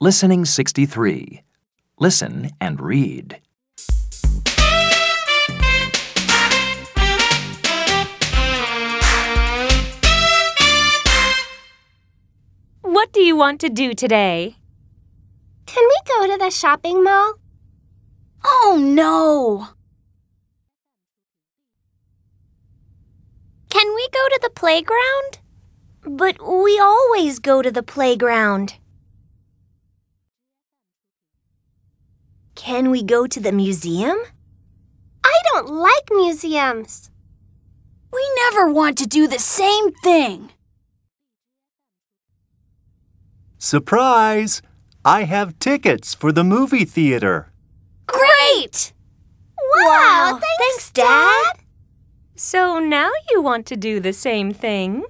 Listening 63. Listen and read. What do you want to do today? Can we go to the shopping mall? Oh no! Can we go to the playground? But we always go to the playground. Can we go to the museum? I don't like museums. We never want to do the same thing. Surprise! I have tickets for the movie theater. Great! Wow, thanks, Dad. So now you want to do the same thing?